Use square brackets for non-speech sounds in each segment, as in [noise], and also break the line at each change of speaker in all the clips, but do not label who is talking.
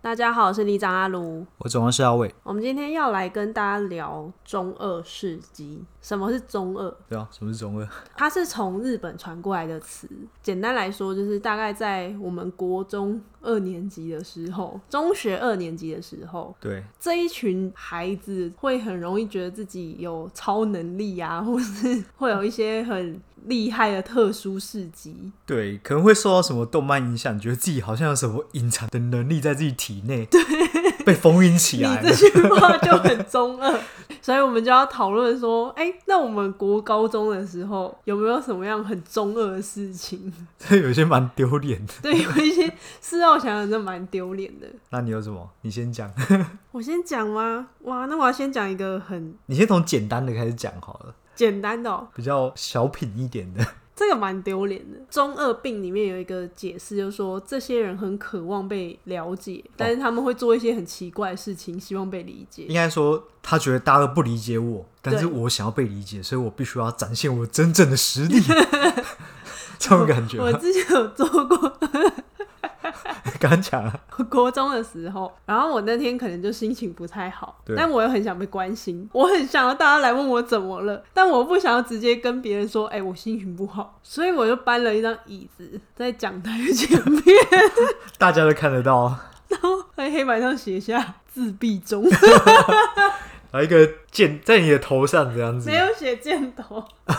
大家好，我是里长阿卢。
我总共是阿伟，
我们今天要来跟大家聊中二事迹。什么是中二？
对啊，什么是中二？
它是从日本传过来的词。简单来说，就是大概在我们国中二年级的时候，中学二年级的时候，
[laughs] 对，
这一群孩子会很容易觉得自己有超能力啊，或是会有一些很厉害的特殊事迹。
对，可能会受到什么动漫影响，觉得自己好像有什么隐藏的能力在自己体
[laughs]
内，对，被封印起
你
来了
这。句话就很中二，所以我们就要讨论说，哎、那我们国高中的时候有没有什么样很中二的事情？
[laughs] 这有些蛮丢脸的。
对，有一些事后想想真的蛮丢脸的。
那你有什么？你先讲， [laughs]
我先讲吗？哇，那我要先讲一个很
你先从简单的开始讲好了，
简单的、哦，
比较小品一点
[laughs]
的。
这个蛮丢脸的。中二病里面有一个解释，就是说这些人很渴望被了解，但是他们会做一些很奇怪的事情，希望被理解
应。该说，他觉得大家都不理解我，但是
对
我想要被理解，所以我必须要展现我真正的实
[laughs]
力。这种感觉吗，
我之前有做过
敢讲啊？
国中的时候，然后我那天可能就心情不太好，
对
但我又很想被关心，我很想要大家来问我怎么了，但我不想要直接跟别人说，哎、我心情不好，所以我就搬了一张椅子在讲台前面， [laughs]
大家都看得到啊，
然后在黑板上写下自闭中， [laughs]
然后一个箭在你的头上这样子
没。有写箭头， [laughs]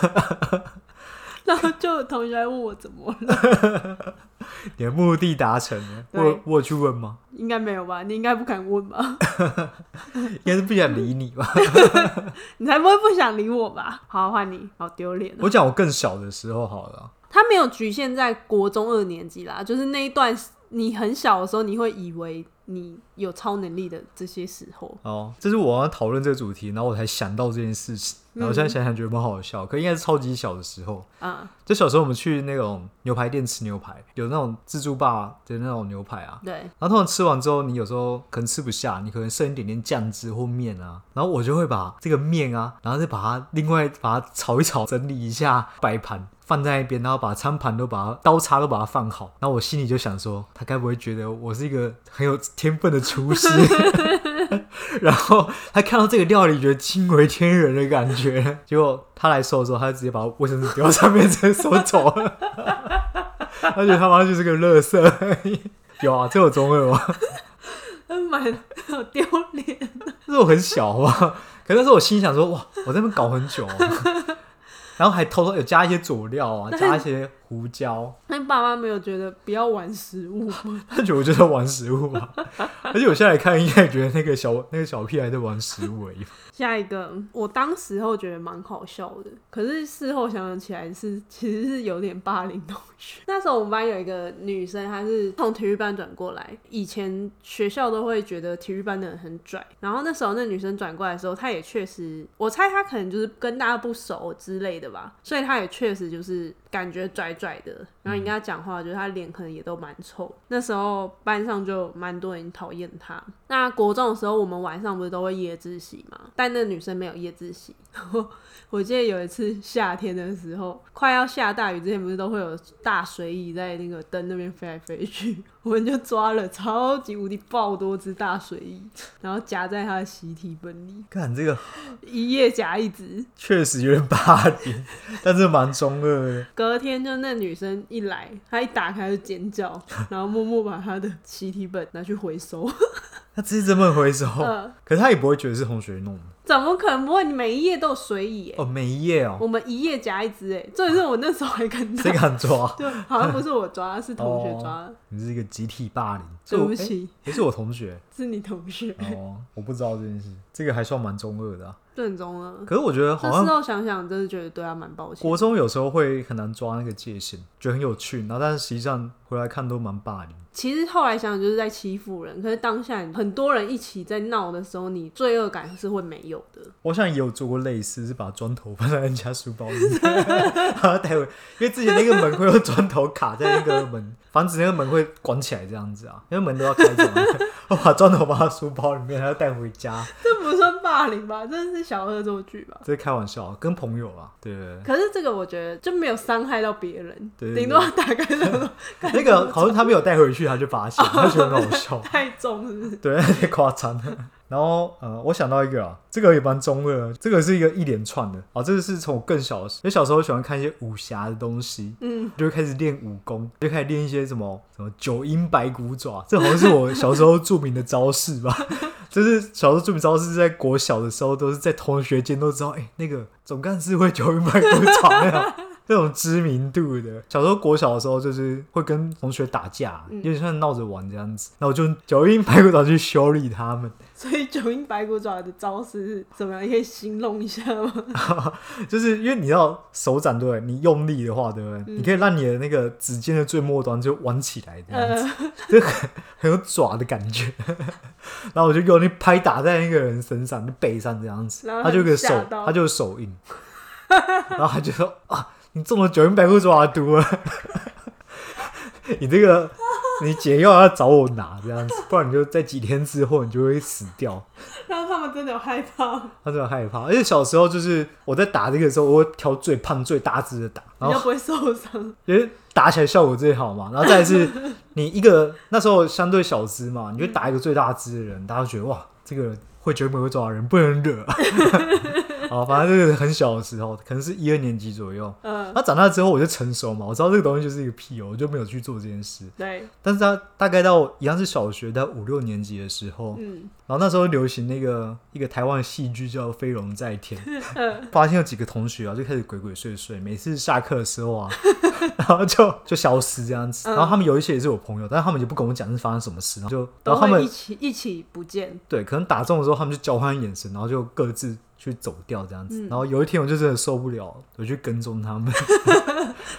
然后就有同学来问我怎么了，
你的目的达成了，
对
我我有去问吗？
应该没有吧？你应该不敢问吧？ [laughs]
应该是不想理你吧。
你才不会不想理我吧？好，换你，好丢脸、哦。
我讲我更小的时候好了，
它没有局限在国中二年级啦，就是那一段你很小的时候，你会以为你有超能力的这些时候，
哦，这是我要讨论这个主题，然后我才想到这件事情，然后现在想想觉得蛮好笑，可应该是超级小的时候。
啊，
就小时候我们去那种牛排店吃牛排，有那种自助吧的那种牛排啊，
对，
然后通常吃完之后，你有时候可能吃不下，你可能剩一点点酱汁或面啊，然后我就会把这个面啊，然后再把它另外把它炒一炒，整理一下，摆盘放在一边，然后把餐盘都把它刀叉都把它放好。然后我心里就想说，他该不会觉得我是一个很有天分的厨师？ [laughs] 然后他看到这个料理，觉得惊为天人的感觉。结果他来收的时候，他就直接把卫生纸丢到上面，直接收走了。 [laughs] 他觉得他妈就是个垃圾而已。有啊，这有中二吗？
蛮好丢脸。
那时候很小啊， [laughs] 可是那时候我心想说，哇，我在那边搞很久、啊， [laughs] 然后还偷偷有加一些佐料啊，加一些胡椒，
[laughs] 那爸妈没有觉得不要玩食物 [laughs] 吗？
他觉得我就在玩食物啊， [laughs] 而且我现在看应该觉得那个小那个小屁孩在玩食物而已吧， [laughs]
下一个，我当时候觉得蛮好笑的，可是事后想想起来是其实是有点霸凌同学。那时候我们班有一个女生，她是从体育班转过来，以前学校都会觉得体育班的人很拽，然后那时候那女生转过来的时候，她也确实，我猜她可能就是跟大家不熟之类的吧，所以她也确实就是感觉拽拽的。然后你跟她讲话，就是她脸可能也都蛮臭。那时候班上就蛮多人讨厌她。那国中的时候，我们晚上不是都会夜自习嘛？但那女生没有夜自习。 [laughs] 然后我记得有一次夏天的时候，快要下大雨之前，不是都会有大水蚁在那个灯那边飞来飞去， [laughs] 我们就抓了超级无敌爆多只大水蚁，然后夹在她的习题本里，
看这个
一夜夹一只。
确实有点 [laughs] 霸凌，但是蛮中二的。
隔天就那女生一来，她一打开就尖叫， [laughs] 然后默默把她的习题本拿去回收。 [laughs]
他只是这么回收，
嗯
可是他也不会觉得是同学弄的
怎么可能不会？你每一页都有水蚁、欸，
哦，每一页哦，
我们一页夹一只哎、欸，重 [laughs] 点是哦我那时候还跟他
谁，敢抓？
就好像不是我抓，是同学抓的，
你是一个集体霸凌，
对不起，
也是我同学。
是你同学，
哦，我不知道这件事，这个还算蛮中二的、啊。
就很中二。
可是我觉得
这
好像
事后想想，真的觉得对他蛮抱歉。
国中有时候会很难抓那个界限，觉得很有趣，然后但是实际上回来看都蛮霸凌。
其实后来想想就是在欺负人，可是当下很多人一起在闹的时候，你罪恶感是会没有的。
我想也有做过类似，是把砖头放在人家书包里面，然后待会，因为之前那个门会有砖头卡在那个门，防止那个门会关起来这样子啊，因为门都要开着嘛。我把砖头放到书包里面，然后带回家，
[laughs] 这不算霸凌吧？这是小恶作剧吧？
这是开玩笑，跟朋友啊，对对对。
可是这个我觉得就没有伤害到别人，
对对对
顶多打开这种
那个好像他没有带回去，他就发现，他觉得很好笑。
太重，是不 [laughs] 是？
对， [laughs] 太夸张了。然后，呃，我想到一个啊，这个也蛮中二的，这个是一个一连串的啊，这个是从我更小的时候，因为小时候喜欢看一些武侠的东西，
嗯，
就会开始练武功，就开始练一些什么什么九阴白骨爪，这好像是我小时候著名的招式吧。就是小时候著名招式，在国小的时候都是在同学间都知道，哎、那个总干事会九阴白骨爪那种 [laughs] 那种知名度的。小时候国小的时候，就是会跟同学打架，有点像闹着玩这样子，然后我就九阴白骨爪去修理他们。
所以九阴白骨爪的招式是怎么样？你可以形容一下吗？ [laughs]
就是因为你要手掌对不对？你用力的话，对不对？
嗯
你可以让你的那个指尖的最末端就弯起来这样
呃
子，就很很有爪的感觉。 [laughs] 然后我就用力拍打在那个人身上、背上这样子
然，后
他
他
就有
就
个
吓
手，
到
他就有手印， [laughs] 然后他就说啊，你中了九阴白骨爪的毒了， [laughs] 你这个你解药要找我拿这样子，不然你就在几天之后你就会死掉。
然后他们真的有害怕吗，
他真的害怕，而且小时候就是我在打这个的时候，我会挑最胖最大只的打，
比
然
较
后
不会受伤。
因为打起来效果最好嘛。然后再来是你一个那时候相对小只嘛，你就打一个最大只的人，大家都觉得哇，这个会绝美会抓的人不能惹。好，反正这个很小的时候，可能是一二年级左右。
嗯，
那长大之后我就成熟嘛，我知道这个东西就是一个屁哦，我就没有去做这件事。
对，
但是他大概到一样是小学，在五六年级的时候，
嗯，
然后那时候流行那个一个台湾的戏剧叫《飞龙在天》，
[laughs]
发现有几个同学啊就开始鬼鬼祟祟，每次下课的时候啊， [laughs] 然后就就消失这样子。
嗯
然后他们有一些也是我朋友，但是他们就不跟我讲是发生什么事，然后就然
都
后他
会
们
一起一起不见。
对可能打中的时候，他们就交换眼神，然后就各自去走掉这样子。
嗯
然后有一天我就真的受不了，我去跟踪他们，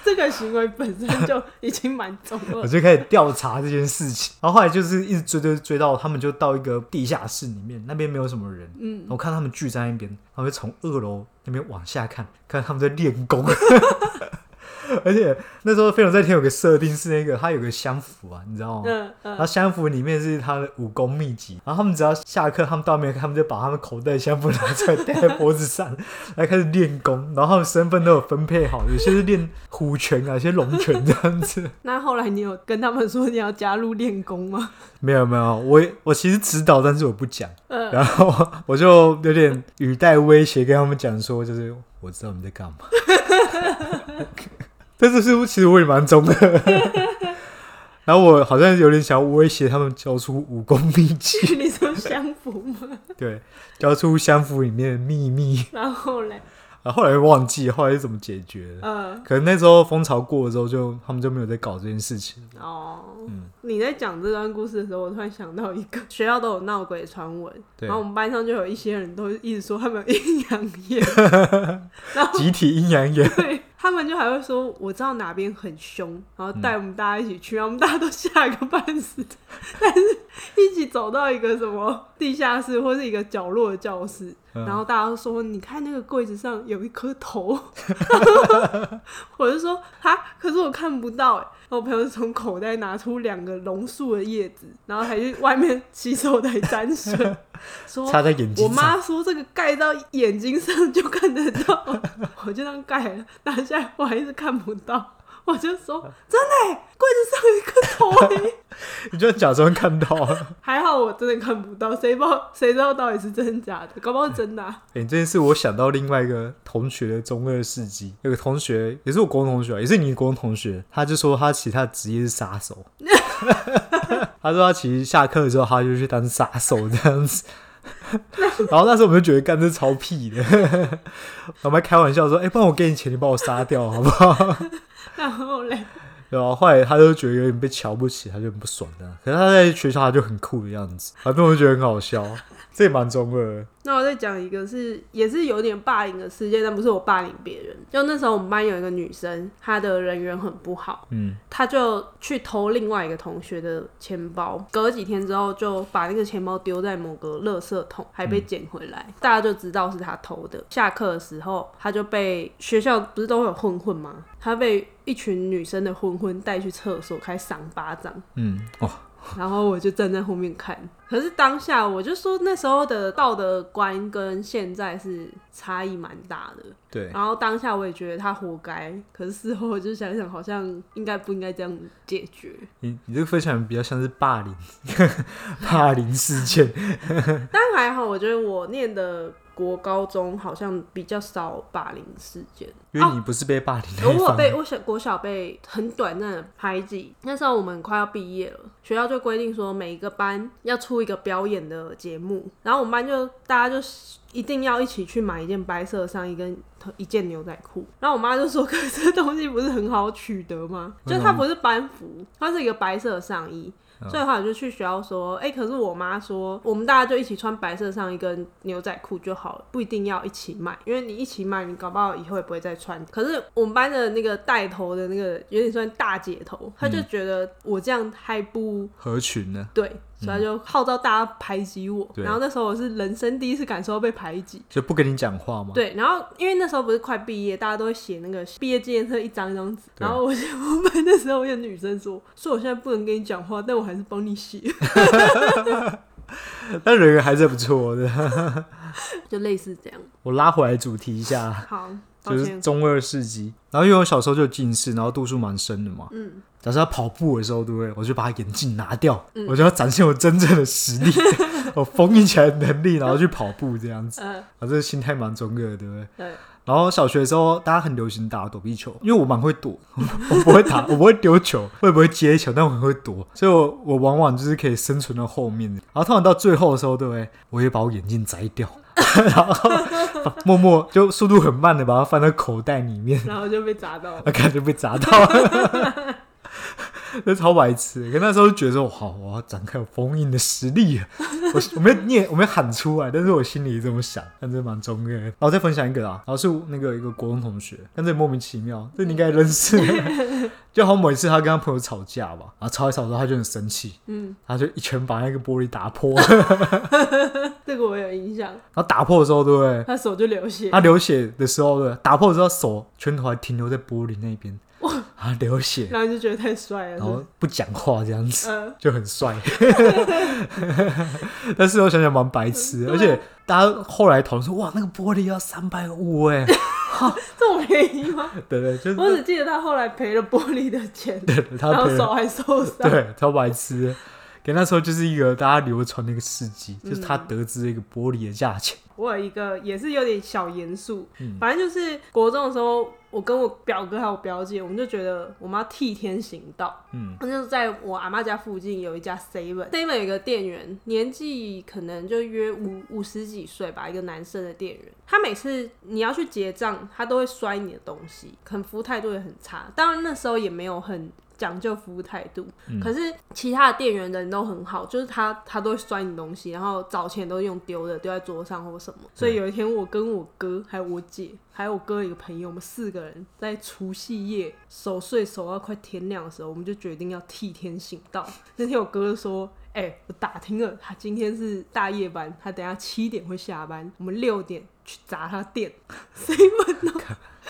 这个行为本身就已经蛮重
我 [laughs]
了。
就开始调查这件事情。然后后来就是一直追追追到他们就到一个地下室里面，那边没有什么人，
嗯，
我看他们聚在那边，然后就从二楼那边往下看，看他们在练功。 [laughs] 而且那时候飞龙在天有个设定是那个，它有个香符啊，你知道吗？
嗯
然
嗯，
后香符里面是他的武功秘籍，然后他们只要下课，他们到那边，他们就把他们口袋的香符 [laughs] 拿出来戴在脖子上，来开始练功。然后他们身份都有分配好，有些是练虎拳啊，有些龙拳这样子。
那后来你有跟他们说你要加入练功吗？ [laughs]
没有没有，我我其实知道，但是我不讲。
嗯，
然后 [laughs] 我就有点语带威胁跟他们讲说，就是我知道你们在干嘛。 [laughs] 但是是其实我也蛮中的， [laughs] 然后我好像有点想要威胁他们交出武功秘籍， [laughs]
你说相符吗？
对，交出相符里面的秘密。
然后嘞，
然后后来忘记后来是怎么解决的，
嗯，
可能那时候风潮过了之后就，他们就没有在搞这件事情。
哦，
嗯
你在讲这段故事的时候，我突然想到一个，学校都有闹鬼传闻，
对
然后我们班上就有一些人都一直说他们有阴阳
[laughs]
眼，
集体阴阳眼，
对他们就还会说我知道哪边很凶，然后
嗯
带我们大家一起去，然后我们大家都吓个半死，但是一起走到一个什么地下室或是一个角落的教室，
嗯
然后大家都说你看那个柜子上有一颗
[laughs]
头，我就说哈，可是我看不到哎、然后我朋友就从口袋拿出两个榕树的叶子，然后还去外面 [laughs] 洗手台沾
[laughs]
水，说
插在眼
我
睛上。
妈说这个盖到眼睛上就看得到， [laughs] 我就这样盖了，拿下来我还是看不到。我就说真的、欸，柜子上有一颗头、欸， [laughs]
你就假装看到、啊。
还好我真的看不到，谁不知道谁知道到底是真的假的，搞不好是真的啊、 [laughs]
哎、这件事我想到另外一个同学的中二事迹。有个同学也是我国中同学啊，也是你国中同学，他就说他其实他的职业是杀手。 [laughs] 他说他其实下课的时候他就去当杀手这样子。然后那时候我们就觉得干这超屁的，我们还开玩笑说：“哎、不然我给你钱，你把我杀掉好不 [laughs] 好
然后嘞，？”
然后后来他就觉得有点被瞧不起，他就很不爽的。可是他在学校他就很酷的样子，反正我就觉得很好笑，这也蛮中二的。
那我再讲一个是也是有点霸凌的事件，但不是我霸凌别人。就那时候我们班有一个女生，她的人缘很不好，
嗯，
她就去偷另外一个同学的钱包，隔几天之后就把那个钱包丢在某个垃圾桶，还被捡回来，大家就知道是她偷的。下课的时候，她就被学校不是都会有混混吗？她被一群女生的混混带去厕所，开始赏巴掌。
嗯，哦，
然后我就站在后面看。可是当下我就说，那时候的道德观跟现在是差异蛮大的。
对，
然后当下我也觉得他活该，可是事后我就想想，好像应该不应该这样解决。
你你这个分享比较像是霸凌， [laughs] 霸凌事件，
哦但还好，我觉得我念的国高中好像比较少霸凌事件。
因为你不是被霸凌
哦我
那一
有
方，
被我小国小被很短暂的排挤，那时候我们快要毕业了，学校就规定说每一个班要出一个表演的节目，然后我们班就大家就一定要一起去买一件白色的上衣跟一件牛仔裤，然后我妈就说：“可 [laughs] 是这东西不是很好取得吗？
为
就
什么嗯
它不是班服，它是一个白色的上衣。”所以后来我就去学校说，哎、可是我妈说，我们大家就一起穿白色上衣跟牛仔裤就好了，不一定要一起买，因为你一起买，你搞不好以后也不会再穿。可是我们班的那个带头的那个有点算大姐头，她
嗯
就觉得我这样还不
合群呢，
对，所以她就号召大家排挤我。
嗯对
然后那时候我是人生第一次感受到被排挤。
就不跟你讲话吗？
对，然后因为那时候不是快毕业，大家都会写那个毕业纪念册一张一张纸。
对
然后我就 [laughs] 我们那时候有女生说，说我现在不能跟你讲话，但我还是帮你写。 [laughs]
但人缘还是不错的。 [laughs]
就类似这样。
我拉回来主题一下，
好，抱
就是
歉，
中二世纪。然后因为我小时候就有近视，然后度数蛮深的嘛。嗯。假设他跑步的时候，对不对？我就把眼镜拿掉，
嗯
我就要展现我真正的实
[laughs]
力，我封印起来的能力，然后去跑步这样子。
嗯
啊，这个心态蛮中二的，对不对？
对，
然后小学的时候，大家很流行打躲避球，因为我蛮会躲， [laughs] 我不会打，我不会丢球，我也不会接球，但我很会躲，所以我我往往就是可以生存到后面的。然后通常到最后的时候，对不对？我也把我眼镜摘掉， [laughs] 然后 [laughs] 默默就速度很慢的把它放到口袋里面，
然后就被砸到了。
啊，感觉被砸到了。 [laughs] 这超白痴欸的，可那时候就觉得说，好，我要展开我封印的实力了。我我没有念，我没有喊出来，但是我心里这么想，但真的蛮中二的。然后再分享一个啊啦，然后是那个一个国中同学，但这也莫名其妙，这你应该认识。 [laughs] 就好像某一次他跟他朋友吵架吧，然后吵一吵之后他就很生气，
嗯，
他就一拳把那个玻璃打破， [laughs]
这个我有印象，
然后打破的时候，对不对？
他手就流血。
他流血的时候呢，打破之后手拳头还停留在玻璃那边，啊，流血，
然后就觉得太帅了，
然
是不
后
是
不讲话这样子，
嗯，
就很帅。 [laughs] 但是我想想蛮白痴的，而且大家后来讨论说，哇，那个玻璃要三百五哎， [laughs]
这么便宜吗？
对对，就是
我只记得他后来赔了玻璃的钱，
[laughs] 对他
然后
赔了，
手还受
[laughs]
伤。
对，超白痴的。给那时候就是一个大家流传的一个事迹，就是他得知一个玻璃的价钱，
我有一个也是有点小严肃，反正就是国中的时候，我跟我表哥还有表姐，我们就觉得我们要替天行道。
嗯，
那就是在我阿妈家附近有一家 Seven，Seven 有一个店员，年纪可能就约五五十几岁吧，一个男生的店员。他每次你要去结账，他都会摔你的东西，可能服务态度也很差。当然那时候也没有很。讲究服务态度，可是其他的店员人都很好，就是他他都会摔你东西，然后找钱都用丢的，丢在桌上或什么。所以有一天，我跟我哥还有我姐，还有我哥一个朋友，我们四个人在除夕夜守岁守到快天亮的时候，我们就决定要替天行道。那天我哥就说。哎、我打听了，他今天是大夜班，他等下七点会下班，我们六点去砸他店，谁问呢？ [laughs]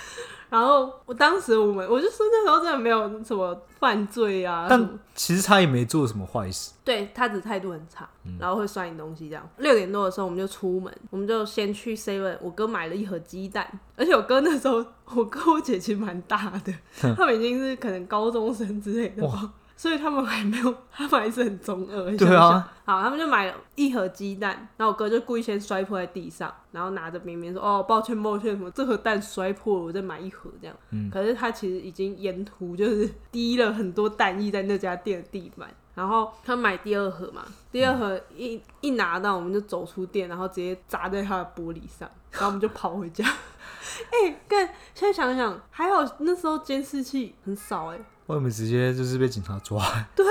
然后我当时我们我就说那时候真的没有什么犯罪啊，什么
但其实他也没做什么坏事，
对他只是态度很差，然后会摔你东西这样。六点多的时候我们就出门，我们就先去 Seven，我哥买了一盒鸡蛋，而且我哥那时候我哥我姐其实蛮大的，
[laughs]
他们已经是可能高中生之类的吧。所以他们还没有， [laughs] 他们还是很中二。
对
想想
啊，
好，他们就买了一盒鸡蛋，然后我哥就故意先摔破在地上，然后拿着明明说：“哦，抱歉，抱歉，什么这盒蛋摔破了，我再买一盒这样。
嗯
可是他其实已经沿途就是滴了很多蛋液在那家店的地板。然后他买第二盒嘛，第二盒一、一拿到，我们就走出店，然后直接砸在他的玻璃上，然后我们就跑回家。哎、干！现在想想，还好那时候监视器很少哎、
我们直接就是被警察抓， [laughs] 对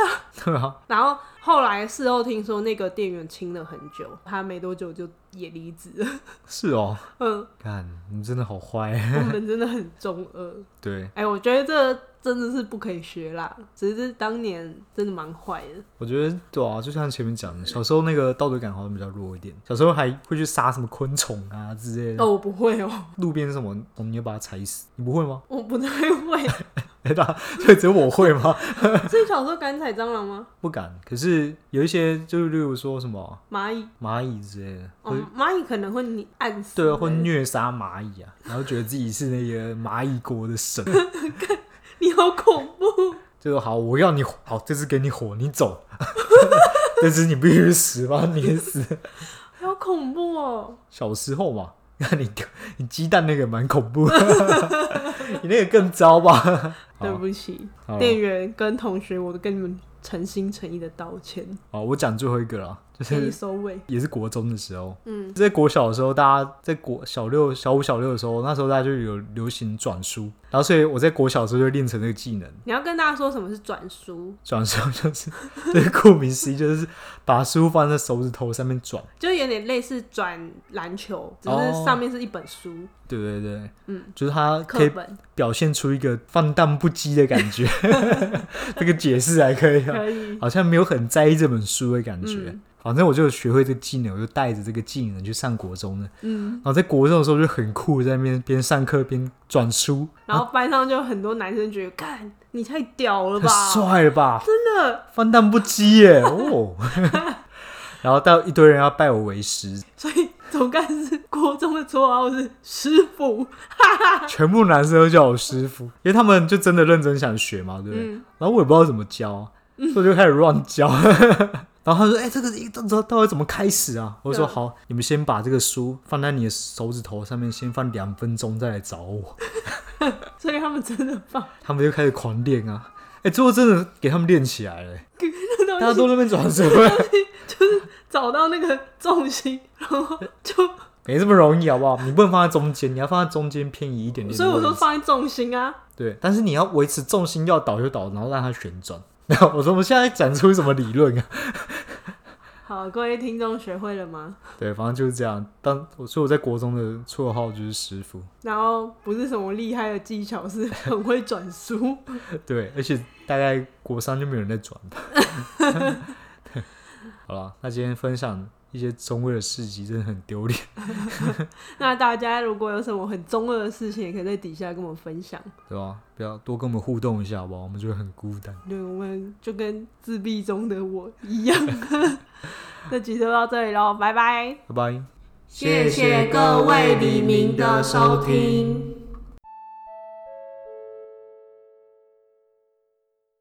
啊，
然后后来事后听说那个店员清了很久，他没多久就也离职了。
是哦，
嗯，
看你们真的好坏， [laughs]
我们真的很中二。
对
哎、我觉得这真的是不可以学啦，只是当年真的蛮坏的。
我觉得对啊，就像前面讲的，小时候那个道德感好像比较弱一点，小时候还会去杀什么昆虫啊之类的，
哦，我不会哦，
路边什么，我们要把它踩死，你不会吗？ [laughs]
我不太会。
哎、欸，那所以只有我会吗？
所以小时候敢踩蟑螂吗？
不敢。可是有一些，就是例如说什么
蚂蚁，
蚂蚁之类的，
哦
会、，
蚂蚁可能会你按死。
对啊，会虐杀蚂蚁啊，然后觉得自己是那个蚂蚁国的神，
你好恐怖！
就好，我要你火好，这次给你火，你走， [laughs] 但是你必须死，把它碾死。
好恐怖哦！
小时候嘛， [laughs] 那你你鸡蛋那个蛮恐怖 [laughs] 的你那个更糟吧？
对不起，
好
店员跟同学，我都跟你们诚心诚意的道歉，
好，我讲最后一个啦，就
给你
是
收尾。
也是国中的时候，
嗯，
在国小的时候，大家在国小六、小五、小六的时候，那时候大家就有流行转书，然后所以我在国小的时候就练成这个技能。
你要跟大家说什么是转书，
转书就是 [laughs] 就是顾名思义，就是把书放在手指头上面转。
就有点类似转篮球，只
哦
是上面是一本书
对对对，
嗯，
就是它可
课
以
本，
表现出一个放荡不羁的感觉。 [laughs] 这个解释还可以啊，
可 [laughs] 以。
好像没有很在意这本书的感觉。
嗯
反正我就有学会这个技能，我就带着这个技能去上国中了。
嗯，
然后在国中的时候就很酷，在那边边上课边转书，
然后班上就很多男生觉得，干你太屌了
太
吧，
帅了吧？
真的，
放荡不羁耶！
[laughs]
哦， [laughs] 然后到一堆人要拜我为师，
所以总干事国中的绰号是师傅。
全部男生都叫我师傅，因为他们就真的认真想学嘛，对不对？
嗯
然后我也不知道怎么教，啊所以我就开始乱
[laughs]
教。然后他说：“哎、这个一到到到底怎么开始啊？”我就说：“
对
好，你们先把这个书放在你的手指头上面，先放两分钟，再来找我。 [laughs]
所以他们真的放，”
他们就开始狂练啊！哎、最后真的给他们练起来了、欸大家都在那边转什么？ [laughs]
找到那个重心，然后就，
没这么容易，好不好？你不能放在中间，你要放在中间偏移一点点的位置。
所以我说放在重心啊，
对，但是你要维持重心要倒就倒，然后让它旋转。 [laughs] 然后我说我们现在讲出什么理论啊？
好，各位听众学会了吗？
对，反正就是这样。当我所以我在国中的绰号就是师傅，
然后不是什么厉害的技巧，是很会转书。 [laughs]
对，而且大概国三就没有人在转吧。 [laughs] 好了，那今天分享一些中卫的事迹，真的很丢脸。
那大家如果有什么很中二的事情，也可以在底下跟我们分享。
对吧？不要多跟我们互动一下，好不好？我们就会很孤单。
对，我们就跟自闭中的我一样。 [laughs] 这集就到这里喽，拜拜。
拜拜。
谢谢各位黎明的收听。